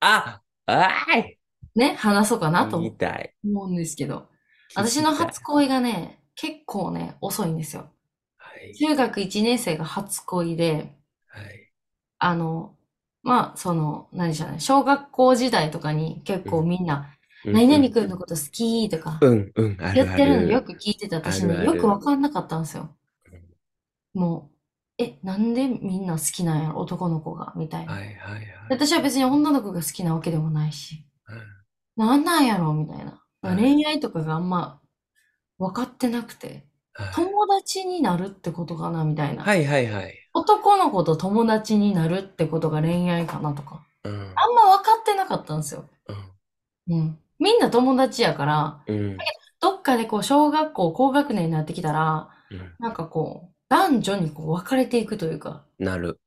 B: あ、あーい
C: ね、話そうかなと
B: みたい。
C: 思うんですけど、
B: 聞き
C: 私
B: たい
C: の初恋がね、結構ね、遅いんですよ。
B: はい。
C: 中学1年生が初恋で、
B: はい。
C: あの、まあ、その、何でしょうね、小学校時代とかに結構みんな、
B: うん
C: 何々くんのこと好きとか、
B: うん、うん、あ
C: や
B: る
C: っ
B: あ
C: てるの
B: る。
C: よく聞いてて、私
B: あ
C: ね、
B: るある
C: よくわかんなかったんですよ。もう、え、なんでみんな好きなんやろ、男の子が、みたい
B: は
C: な。
B: い、はい、はい。
C: 私は別に女の子が好きなわけでもないし、
B: うん
C: なんなんやろ、みたいな。
B: うん
C: 恋愛とかがあんま分かってなくて、
B: は
C: 友達になるってことかな、みたいな。
B: い、はい、はい。
C: 男の子と友達になるってことが恋愛かなとか。
B: うん、
C: あんま分かってなかったんですよ。うん。みんな友達やから、
B: うん、うん
C: どっかでこう、小学校、高学年になってきたら、
B: うん、
C: なんかこう、男女にこう分かれていくというか、
B: なる。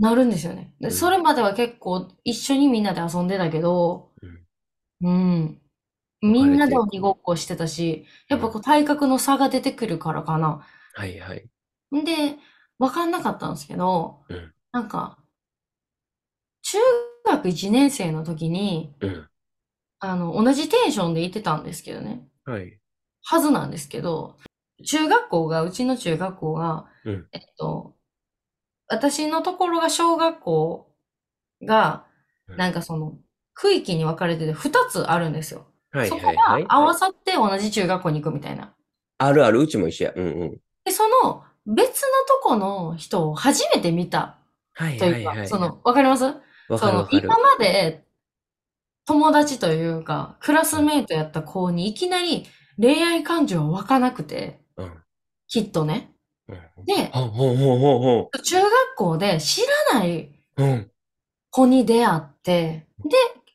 C: なるんですよね。で、
B: うん
C: それまでは結構一緒にみんなで遊んでたけど、うん。みんなで鬼ごっこしてたし、やっぱこう体格の差が出てくるからかな。
B: はい、はい。
C: んで、わかんなかったんですけど
B: うん、
C: なんか、中学1年生の時に、
B: うん。
C: あの、同じテンションで行ってたんですけどね。
B: はい。
C: はずなんですけど、中学校が、うちの中学校が、
B: うん
C: えっと、私のところが小学校が、
B: うん
C: なんかその、区域に分かれてて2つあるんですよ。
B: はい、
C: そ
B: はい、
C: こ
B: は
C: が
B: い。
C: 合わさって同じ中学校に行くみたいな。
B: あるある、うちも一緒や。うん、うん。
C: で、その別のとこの人を初めて見た
B: はい、
C: と
B: はいい、
C: うか、
B: はい。
C: その、わかります
B: わ
C: そ
B: かる、
C: の
B: わかる
C: 今。まで友達というか、クラスメイトやった子にいきなり恋愛感情は湧かなくて、
B: うん、
C: きっとね。
B: うん。
C: で、
B: ほんほんほんほんほ
C: 中学校で知らない
B: ん。うん。
C: 子に出会って、で、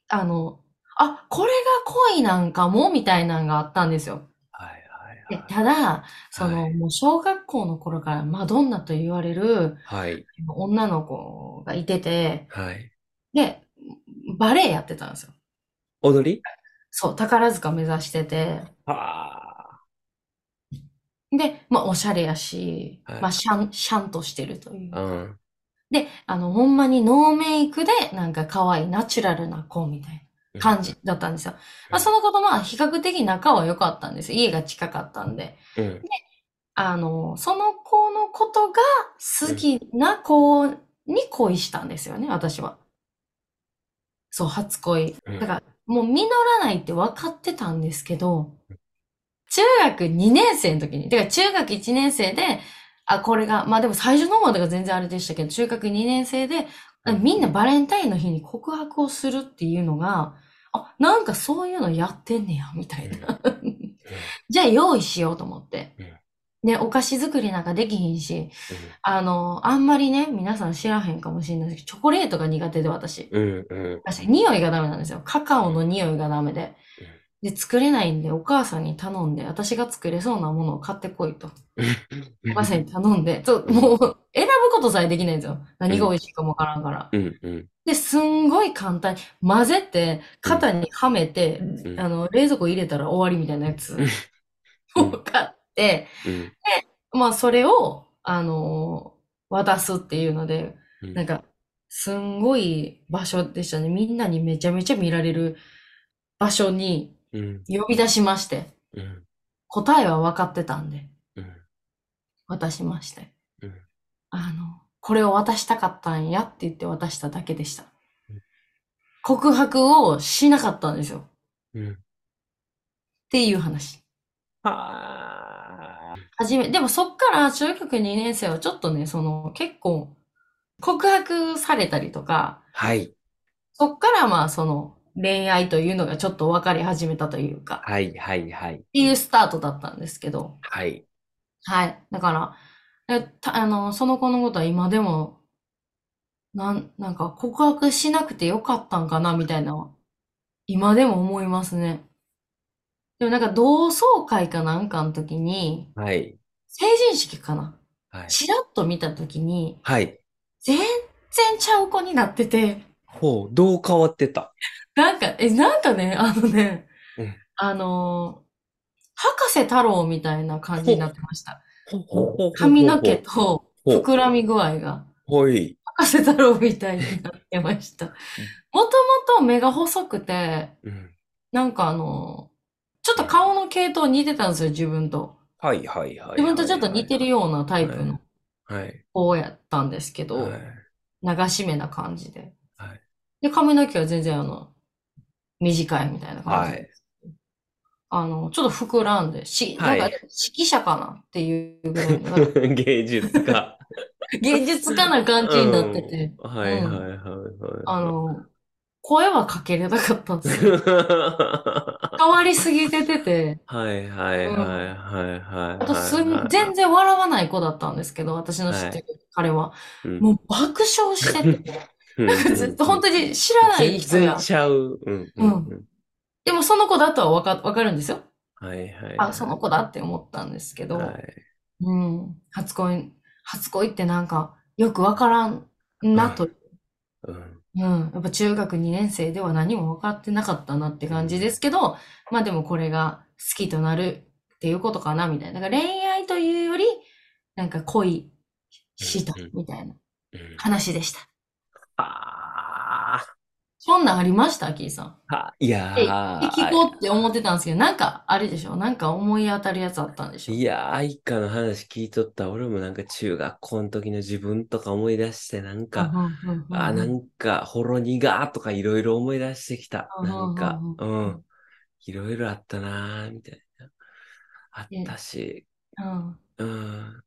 C: あの、あ、これが恋なんかも、みたいなのがあったんですよ。
B: はい、はい、
C: で
B: はい。
C: ただ、その、
B: はい
C: もう小学校の頃からマドンナと言われる
B: はい、
C: 女の子がいてて、
B: はい。
C: で、バレエやってたんですよ。
B: 踊り
C: そう、宝塚目指してて、
B: はあ。
C: で、まあ、おしゃれやし、
B: はい
C: まあ、シャン、シャンとしてるという
B: う。ん。
C: で、あの、ほんまにノーメイクで、なんか可愛いナチュラルな子みたいな感じだったんですよ。まあ、その子とまあ、比較的仲は良かったんですよ。家が近かったんで。
B: うん。
C: あの、その子のことが好きな子に恋したんですよね、私は。そう、初恋。
B: うん
C: だから、もう実らないって分かってたんですけど、中学2年生の時に、てか中学1年生で、あ、これが、まあでも最初の方とか全然あれでしたけど、中学2年生で、あみんなバレンタインの日に告白をするっていうのが、あ、なんかそういうのやってんねや、みたいな。じゃあ用意しようと思って。ね、お菓子作りなんかできひんし、あの、あんまりね、皆さん知らへんかもしれないですけど、チョコレートが苦手で私。
B: うん、うん。
C: 私、匂いがダメなんですよ。カカオの匂いがダメで。で、作れないんで、お母さんに頼んで、私が作れそうなものを買ってこい
B: [laughs]
C: と。お母さんに頼んで、ちょっともう、選ぶことさえできないんですよ。何が美味しいかもわからんから。
B: うん、うん。
C: で、すんごい簡単に混ぜて、肩にはめて、
B: うん
C: あの、冷蔵庫入れたら終わりみたいなやつ
B: うん
C: を買って、
B: うん。
C: まあ、それを、あのー渡すっていうので、
B: うん
C: なんか、すんごい場所でしたね。みんなにめちゃめちゃ見られる場所に
B: うん、
C: 呼び出しまして、
B: うん、
C: 答えは分かってたんで、
B: うん。
C: 渡しまして
B: うん。
C: あの、これを渡したかったんやって言って渡しただけでした
B: うん。
C: 告白をしなかったんですよ。
B: うん。
C: っていう話。
B: はあ。
C: はじめ、でもそっから中学2年生はちょっとね、その結構告白されたりとか、
B: はい、
C: そっからまあその恋愛というのがちょっと分かり始めたというか、っ
B: はい、はい、はい、
C: ていうスタートだったんですけど、
B: はい。
C: はい。だから、えたあの、その子のことは今でも、なん、なんか告白しなくてよかったんかな、みたいなのは、今でも思いますね。でもなんか同窓会かなんかの時に、
B: はい、
C: 成人式かな
B: はい。
C: ちらっと見た時に、
B: はい。
C: 全然ちゃう子になってて、
B: ほう、どう変わってた
C: なんか、え、なんかね、あのね、
B: うん
C: あのー博士太郎みたいな感じになってました。
B: ほうほうほうほうほう
C: 髪の毛と
B: ほう
C: 膨らみ具合が。
B: ほい。
C: 博士太郎みたいになってました。もともと目が細くて、
B: うん
C: なんかあの、ちょっと顔の系統似てたんですよ、自分と。
B: はいはいはい。
C: 自分とちょっと似てる
B: よ。
C: ようなタイプの
B: はい。
C: 子やったんですけど
B: はい、
C: 流し目な感じで
B: はい。
C: で、髪の毛は全然あの、短いみたいな感じ
B: は
C: で。あの、ちょっと膨らんで、し、な
B: は
C: ん
B: い
C: か指揮者かなっていうぐらいの、なんか
B: [laughs] 芸術家。
C: 芸術家な感じになってて、
B: うん。はいはいはいはい。
C: あの、声はかけれなかった
B: [laughs]
C: んですよ。
B: は
C: 変わりすぎててて、
B: いはいはいはいはい。
C: あとすん、全然笑わない子だったんですけど、私の知ってる彼は。
B: うん
C: もう爆笑してて、
B: うんうん
C: ずっと本当に知らな
B: 全
C: い人
B: 然
C: が。
B: ちゃう。うんうんうん
C: でもその子だとはわかわかるんですよ。
B: はいはい。
C: あ、その子だって思ったんですけど、
B: はい
C: うん、初恋、初恋ってなんかよくわからんなと、
B: うん
C: うん、やっぱ中学2年生では何も分かってなかったなって感じですけど、まあでもこれが好きとなるっていうことかなみたいな。だから恋愛というより、なんか恋した
B: うんうん
C: みたいな
B: うん
C: 話でした。
B: あ
C: そんなんありましたアキーさん。
B: ーあいや
C: え
B: ー
C: 聞こうって思ってたんですけど、なんかあれでしょなんか思い当たるやつあったんでしょ
B: いやー、愛花の話聞いとったら俺もなんか中学校の時の自分とか思い出して、なんか、
C: うんうんうんうん
B: あ、なんか、ほろ苦とかいろいろ思い出してきた。
C: うんう
B: なん
C: ん
B: か、
C: う
B: うんん。いろいろあったなー、みたいな。あったし、
C: うん
B: うん。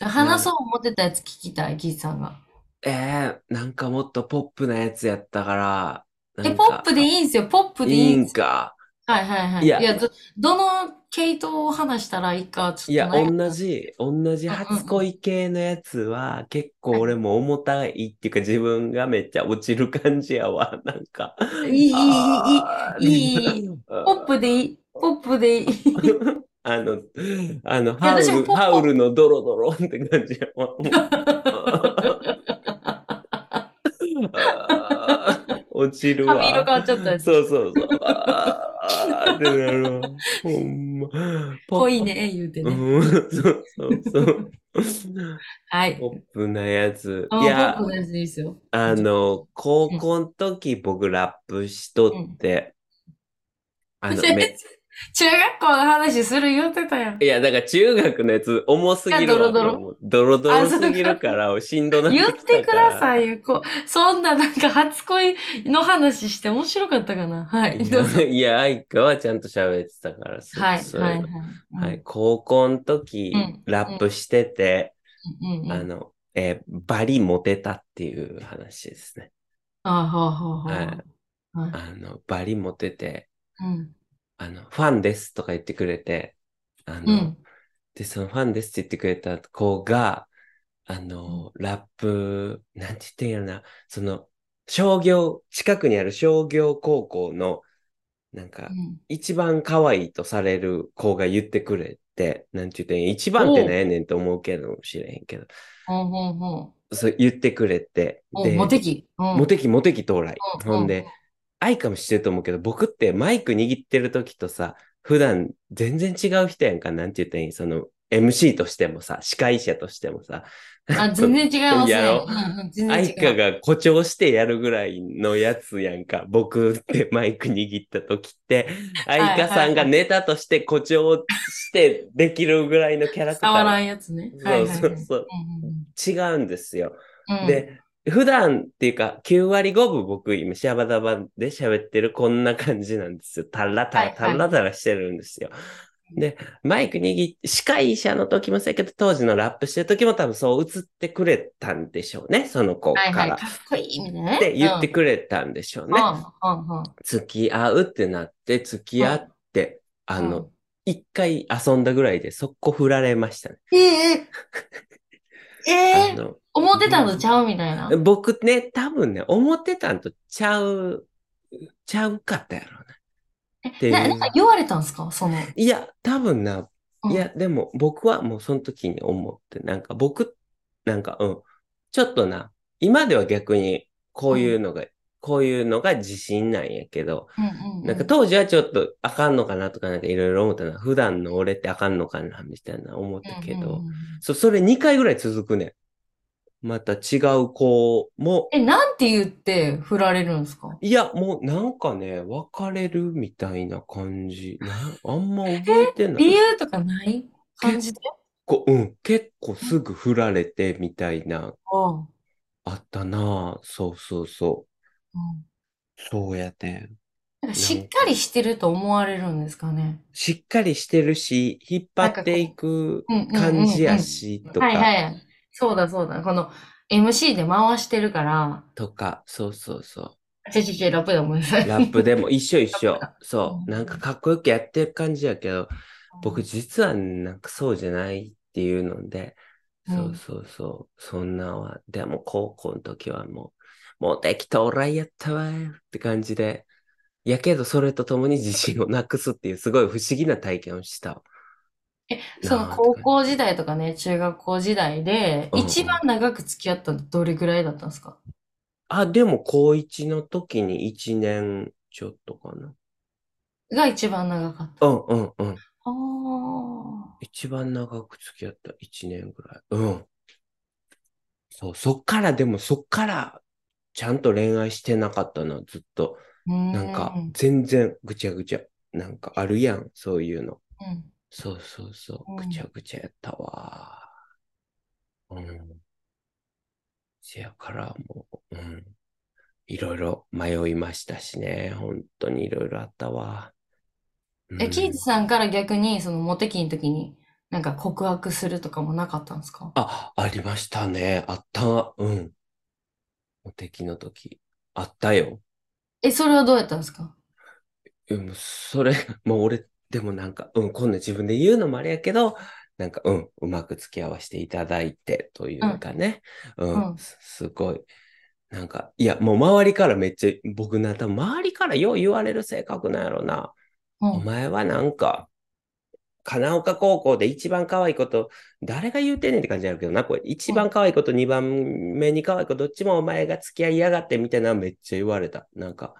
C: 話そう思ってたやつ聞きたい、キーさんが。
B: えー、なんかもっとポップなやつやったから、な
C: え、
B: ん
C: ポップでい
B: い
C: いんですよ、ポップでい
B: い
C: いん
B: ん
C: ですよ。
B: か。
C: はいはいはい。
B: いや
C: ど、どの系統を話したらいいか、ち
B: い
C: ょ
B: や、
C: っと悩む
B: 同じ、同じ初恋系のやつは、結構俺も重たいっていうか、自分がめっちゃ落ちる感じやわ。なんか。
C: いい、いい、
B: あー
C: いい、いい、いい、いい。ポップでいい、ポップでいい。
B: あの、あの、ハウ
C: 私も
B: ル、
C: ポッポ
B: ハウルのドロドロって感じやわ。
C: [laughs]
B: あー落ちるわ。
C: 髪色変わっちゃったやつ。
B: そうそうそう。あーってなるわ。ほんま。ポッ
C: 濃いね、言うて [laughs] ね。
B: うん、そうそうそう。
C: はい。
B: ポップなやつ。
C: あ
B: いや
C: ポッ、プのやつでいいですよ。
B: あの、高校の時僕ラップしとって、
C: [laughs]
B: あの、め
C: 中学校の話する言うてたやん
B: い。や、だから中学のやつ重すぎるわ
C: いやドロドロ
B: と思うドロドロ
C: あそうか
B: すぎるから、しんどなって
C: 言ってくださ
B: い。
C: いよ。こうそんななんか初恋の話して面白かったかな。はい。
B: い
C: どうぞ
B: や、 [laughs] いや、愛花はちゃんと喋ってたから、そ
C: はい、
B: そう
C: はい、
B: い
C: は
B: う
C: い
B: の。はい、高校の時、
C: うん
B: ラップしてて、
C: うんうんうん。
B: あ
C: あ
B: の、えーバリモテたっていう話ですね。
C: あ、ほうほうほう。
B: はい
C: はい
B: あの、バリモテて、
C: うん。
B: あの、ファンですとか言ってくれて、あ
C: う
B: の、
C: ん。
B: で、そのファンですって言ってくれた子が、あの、ラップ、なんて言ってんやろな、その、商業、近くにある商業高校の、なんか、一番可愛いとされる子が言ってくれて、なんて言ってんや、一番ってなんやねんと思うけど、知れへんけど、
C: ほうほうほ
B: そう言ってくれて、
C: う。お
B: で、
C: モテ期。うん
B: モテ期、モテ期到来。
C: うん
B: ほんで、愛かもしてると思うけど、僕ってマイク握ってる時とさ、普段全然違う人やんか、なんて言ったらいいんその、MC としてもさ、司会者としてもさ、
C: あ、全然違いますね。
B: やろ
C: うんうん、全然
B: 愛
C: 違
B: か
C: う。
B: が誇張してやるぐらいのやつやんか、僕ってマイク握った時って、
C: いはい
B: 愛かさんがネタとして誇張してできるぐらいのキャ
C: [laughs]
B: ラクタ
C: 伝わら
B: ー。
C: んやつね。は
B: そ
C: いうはい
B: そ
C: は
B: う
C: い。
B: そう。違うんですよ。
C: うんうん、
B: で、普段っていうか、9割5分僕今、シャバダバで喋ってるこんな感じなんですよ。タラタ
C: はい
B: ラ、
C: はい
B: タラタラしてるんですよ。で、マイク握って、司会者の時もそうやけど、当時のラップしてる時も多分そう映ってくれたんでしょうね、その子
C: はい
B: か
C: はい、からっ。こいいみたいなね。
B: って言って
C: く
B: くれたんでしょう
C: る
B: ね。
C: うんうんうん
B: 付き合うってなって、付き合って、あ
C: うん
B: の、一回遊んだぐらいで速攻振られましたね。
C: ええ
B: [laughs]
C: え
B: あ
C: え
B: の、
C: 思ってたのちゃうみたいな。
B: [laughs] 僕ね、多分ね、思ってたんとちゃう、ちゃうかったやろうな。ってい
C: ななん
B: う
C: か。言われたんですかその。
B: いや、多分な、
C: うん
B: いや、でも僕はもうその時に思って、なんか僕、なんかうん、ちょっとな、今では逆にこういうのが、こういうのが自信なんやけど、
C: うんうんうん
B: なんか当時はちょっとあかんのかなとかなんかいろいろ思ったな。普段の俺ってあかんのかなみたいな思ったけど、
C: うんうんうん
B: そそれ2回ぐらい続くねん。また違う子も、
C: え、なんて言って振られるんですか
B: いや、もうなんかね、別れるみたいな感じ。なあんま覚えてな
C: 理
B: い。
C: 由とかない感じで
B: こうん、結構すぐ振られてみたいな、
C: ああ
B: あったなぁそうそうそうう。そうやって。
C: んなんかしっかりしてると思われるんですかね。
B: しっかりしてるし、引っ張っていく
C: うんうんうんうん
B: 感じやし、と
C: はい
B: か、
C: はい。そうだそうだ。この MC で回してるから、
B: とか、そうそうそ
C: ちょちょちょ、ラップで思い出す。
B: う。ラップ
C: [laughs]
B: でも一緒一緒。
C: う
B: そ
C: ん
B: う。なんかかっこよくやってる感じやけど、僕実はなんかそうじゃないっていうので、
C: うん
B: そうそうそう、そんなんは、でも高校の時はもう、もうできたおらいやったわーって感じで、やけどそれとともに自信をなくすっていうすごい不思議な体験をした。
C: え、その
B: なあ
C: 高校時代とかね、中学校時代で、
B: うんうん
C: 一番長く付き合ったのどれぐらいだったんですか
B: あ、でも高1の時に1年ちょっとかな。
C: が一番長かった。
B: う
C: あ
B: んうんうん。
C: あ。
B: 一番長く付き合った1年ぐらい。うん。そう、そっからでもそっからちゃんと恋愛してなかったの、ずっと。なんか
C: う、
B: 全然ぐちゃぐちゃ。なんかあるやん、そういうの。
C: うん。
B: そうそうそうう。
C: ん
B: ぐちゃぐちゃやったわ。うん。せやからもう、うん。いろいろ迷いましたしね。本当にいろいろあったわ。うん
C: え、キーズさんから逆に、そのモテ期の時に、なんか告白するとかもなかったんですか
B: あ、ありましたね。あった。うん。お敵の時。あったよ。
C: え、それはどうやったんですか
B: うん、それ、 [laughs] もう俺、でもなんか、うん、こんな自分で言うのもあれやけど、なんか、うん、うまく付き合わせていただいてというかね、うん、
C: うん
B: す、すごい。なんか、いや、もう周りからめっちゃ、僕な、多分周りからよう言われる性格なんやろな。
C: う
B: お
C: ん。
B: 前はなんか、金岡高校で一番可愛いこと、誰が言うてんねんって感じやるけどな、これ。一番可愛いこと、二番目に可愛いこと、どっちもお前が付き合いやがってみたいなのめっちゃ言われた。なんか、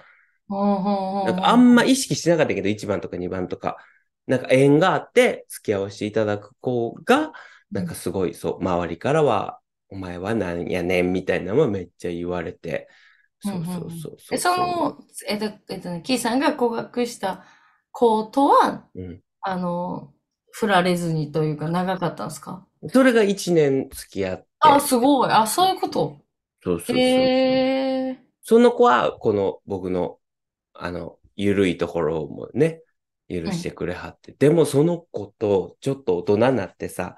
C: ほうほうほう
B: なんかあんま意識してなかったけど、1番とか2番とか、なんか縁があって付き合わせていただく子が、なんかすごい、そう、周りからは、お前はなんやねんみたいなのもめっちゃ言われて、そうそうそうそう。
C: え、そ、の、えっと、えっとね、キーさんが告白した子とは、
B: うん。
C: あの、振られずにというか長かったんですか
B: それが1年付き合って、
C: あ、すごい。あ、そういうこと。
B: そうそうそうそう。
C: へえ。
B: その子は、この僕の、あの、ゆるいところもね、許してくれはって。でもその子と、ちょっと大人になってさ、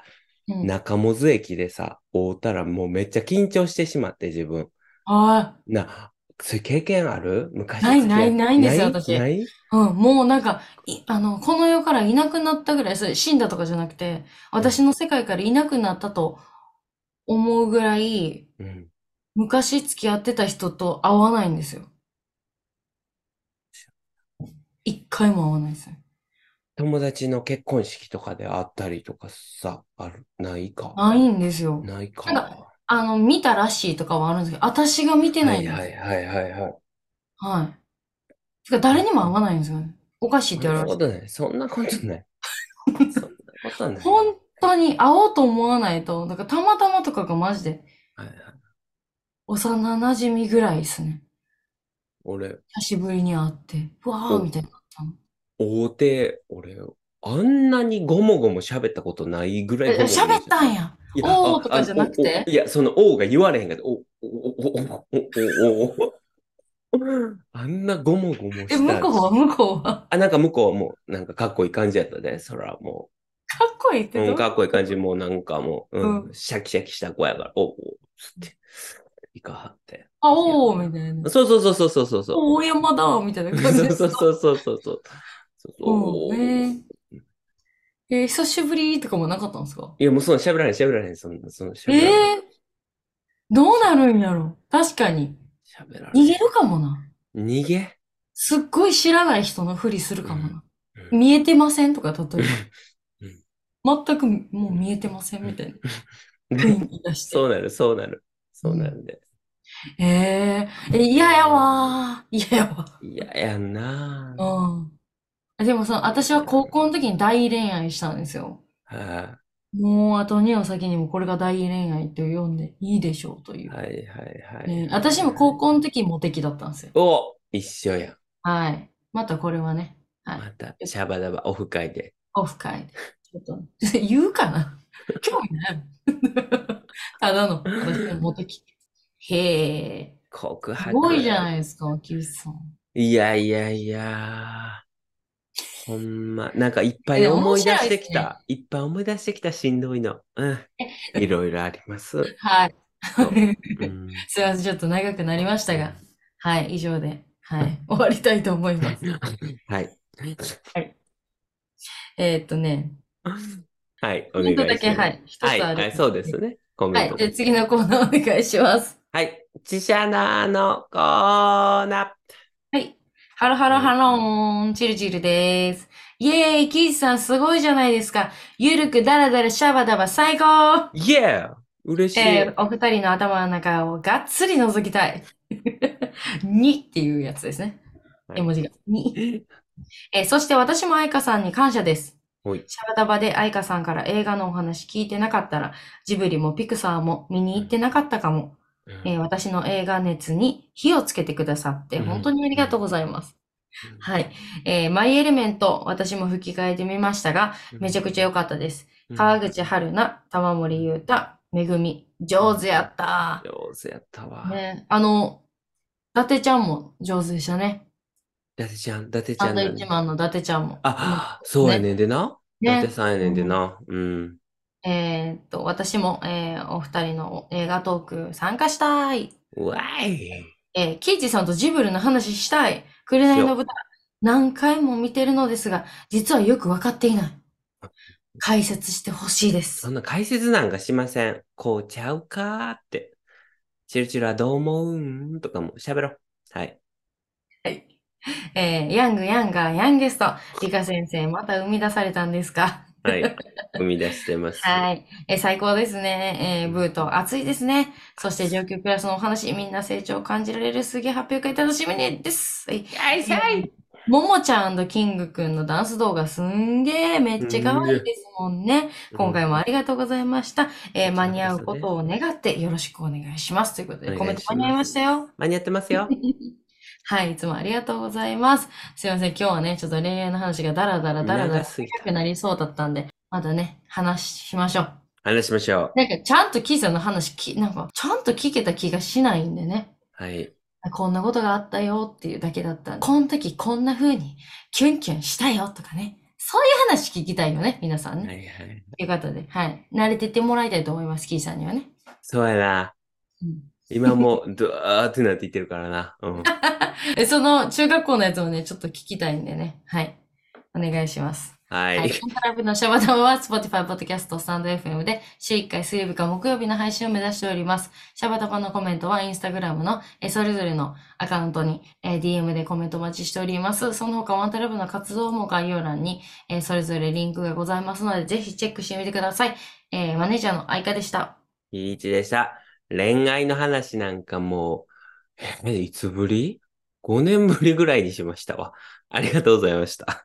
C: うん。あ
B: 中本駅でさ、会うたらもうめっちゃ緊張してしまって自分。
C: あ
B: な、そういう経験ある昔
C: ない
B: 付き合っ
C: ないないんですよ私
B: ない
C: ー、うん。もうなんか、い、あの、この世からいなくなったぐらい、それ死んだとかじゃなくて、私の世界からいなくなったと思うぐらい、
B: うん。
C: 昔付き合ってた人と会わないんですよ。一回も会わないですよ。
B: 友達の結婚式とかで会ったりとかさ、ある、ないか。
C: ないんですよ。
B: ないか。
C: なんあの、見たらしいとかはあるんですけど、私が見て
B: は
C: ないん
B: い
C: です。
B: はいはいはいはい。
C: はい。てか、誰にも会わないんですよね。おかしいって
B: そ
C: 言
B: んな
C: わ
B: こ
C: れま
B: とない。そんなことない。そんなことない。
C: す。 [laughs] 本当に会おうと思わないと、だからたまたまとかがマジで、
B: はいはい
C: 幼馴染みぐらいですね。
B: 俺、
C: 久しぶりに会って、うわー
B: うん
C: みたいな。
B: 大手、俺、あんなにごもごも喋ったことないぐらい
C: え
B: ゴモゴモ
C: 喋ったんや。
B: いや
C: おー
B: あ
C: とかじゃなく
B: あ
C: て
B: おおいや、その、おーが言われへんかった。お、お、お、お、お、お、お、お。あんなごもごもした
C: え、向こうは向こうは。
B: あ、なんか向こうはもう、なんかかっこいい感じやったで、そらも
C: かっこいい
B: う。
C: って
B: う
C: ど
B: ん、
C: う
B: かっこいい感じ、もうなんかもう、うん
C: う
B: シャキシャキした子やから、お、お、つって、いかはって。
C: あ、おーみたいな。
B: そうそうそうそうそうそう。
C: 大山だみたいな
B: そう
C: 感じです。
B: そうそうそうそうそう。そう
C: うん。え
B: い
C: ーえー久しぶりとかもなかったんですか
B: や、もうその喋られへん、喋られへん、そんな、その喋
C: え
B: られへん。
C: ーどうなるんやろ確かに。
B: 喋られへ
C: 逃
B: ん
C: げるかもな。
B: 逃げ
C: すっごい知らない人のふりするかもな。
B: うん
C: 見えてませんとか、例えば。全くもう見えてませんみたいな雰囲気出して。
B: そうなる、そうなる。そうなるんで。
C: えー、え、嫌やわー。嫌やわ。
B: いや、やんなぁ。
C: うん。でもさ、私は高校の時に大恋愛したんですよ。
B: は
C: もうあと2の先にもこれが大恋愛と読んでいいでしょうという。
B: はいはいはい。
C: ね、私も高校の時モテ期だったんですよ。
B: お一緒やん。
C: はい。またこれはね、はい
B: また、シャバダバオフ会で。
C: オフ会で。ちょっと、言う
B: [laughs]
C: かな興味ない。 [laughs] ただの、私のモテ期。へえ。
B: 告白。
C: すごいじゃないですか、キウさん。
B: いやいやいや。ほんま、なんかいっぱい
C: え
B: 思い出
C: 面
B: し
C: 白
B: て
C: いで
B: き
C: すね
B: た。いっぱい思い出してきた、しんどいの。うん。いろいろあります。
C: はい。
B: そううん、
C: [laughs] すいません、ちょっと長くなりましたが、はい、以上で、はい、終わりたいと思
B: [laughs]
C: います。
B: [laughs] はい。
C: えーっとね、
B: はい、お願
C: コ
B: い
C: メン
B: します。
C: トだけ、はい、一つ
B: はい、
C: ある。
B: はい、そうです。ね。コ
C: は
B: メン
C: い
B: ト、
C: じゃあ
B: で。
C: 次のコーナーお願いします。
B: はい。チシャナーのコーナー。
C: はい。ハロハロハローン、チルチルです。イエーイ、キースさんすごいじゃないですか。ゆるくダラダラシャバダバ最高
B: イエー嬉しい。
C: えー、お二人の頭の中をがっつり覗きたい。 [laughs] にっていうやつですね。
B: はい
C: 絵文字が。に。えーそして私も愛花さんに感謝です。シ
B: ほ
C: ャ
B: い
C: バダバで愛花さんから映画のお話聞いてなかったら、ジブリもピクサーも見に行ってなかったかも。
B: うん
C: えー私の映画熱に火をつけてくださって、本当にありがとうございます。
B: うん
C: はい。えーマイエレメント、私も吹き替えてみましたが、めちゃくちゃ良かったです。
B: うん
C: 川口春奈、玉森裕太、めぐみ、上手やった。
B: 上手やったわ。
C: ね、あの、伊達ちゃんも上手でしたね。
B: 伊達ちゃん、伊達ち
C: サ
B: ゃ
C: ン
B: ん
C: ド
B: だ
C: イ
B: ね
C: ッチマンの伊達ちゃんも。
B: あ、そうやねんでな。伊
C: ね
B: 達さんやねんでな。うん。
C: えーっと、私も、えーお二人の映画トーク参加したい。
B: わい。
C: えー、キイチさんとジブルの話したい。紅の豚、何回も見てるのですが、実はよくわかっていない。解説してほしいです
B: そ。んな解説なんかしません。こうちゃうかーって。チルチルはどう思うんとかも喋ろう。はい。
C: えーヤングヤンガーヤンゲスト、リカ先生、また生み出されたんですか [laughs]
B: はい。生み出してます。
C: はい。えー最高ですね。えーブート、暑いですね。そして上級クラスのお話、みんな成長を感じられるすげえ発表会楽しみにです。はい。
B: はい、はい。
C: ももちゃんキングくんのダンス動画すんげえめっちゃ可愛いですもんね。今回もありがとうございました。えー間に合うことを願ってよろしくお願いします。ということで、
B: お
C: コ
B: 願
C: メン
B: い
C: ト
B: します
C: 間に合いましたよ。
B: 間に合ってますよ。
C: はい、いつもありがとうございます。すいません、今日はね、ちょっと恋愛の話がダラダラダラダ
B: 長
C: ラ
B: すぎ
C: 長
B: た
C: く。なりそうだったんで、まだね、話しましょう。
B: 話しましょう。
C: なんか、ちゃんとキーさんの話き、なんか、ちゃんと聞けた気がしないんでね。
B: はい。
C: こんなことがあったよっていうだけだったんで。この時こんな風にキュンキュンしたよとかね。そういう話聞きたいよね、皆さん
B: はい
C: ね。
B: はい。
C: ということで、はい。慣れてってもらいたいと思います、キーさんにはね。
B: そうやな。
C: うん
B: 今もう、ドーってなっていってるからな。うん。
C: え、その中学校のやつもね、ちょっと聞きたいんでね。はい。お願いします。
B: は
C: はい。
B: い。
C: コントラブのシャバダバは Spotify、Podcast、スタンド FM で週1回水曜日か木曜日の配信を目指しております。シャバダバのコメントは Instagram のえーそれぞれのアカウントにえー DM でコメントお待ちしております。その他ワントラブの活動も概要欄にえーそれぞれリンクがございますので、ぜひチェックしてみてください。えーマネージャーの愛花でした。
B: いいちでした。恋愛の話なんかもう、え、いつぶり ?5 年ぶりぐらいにしましたわ。ありがとうございました。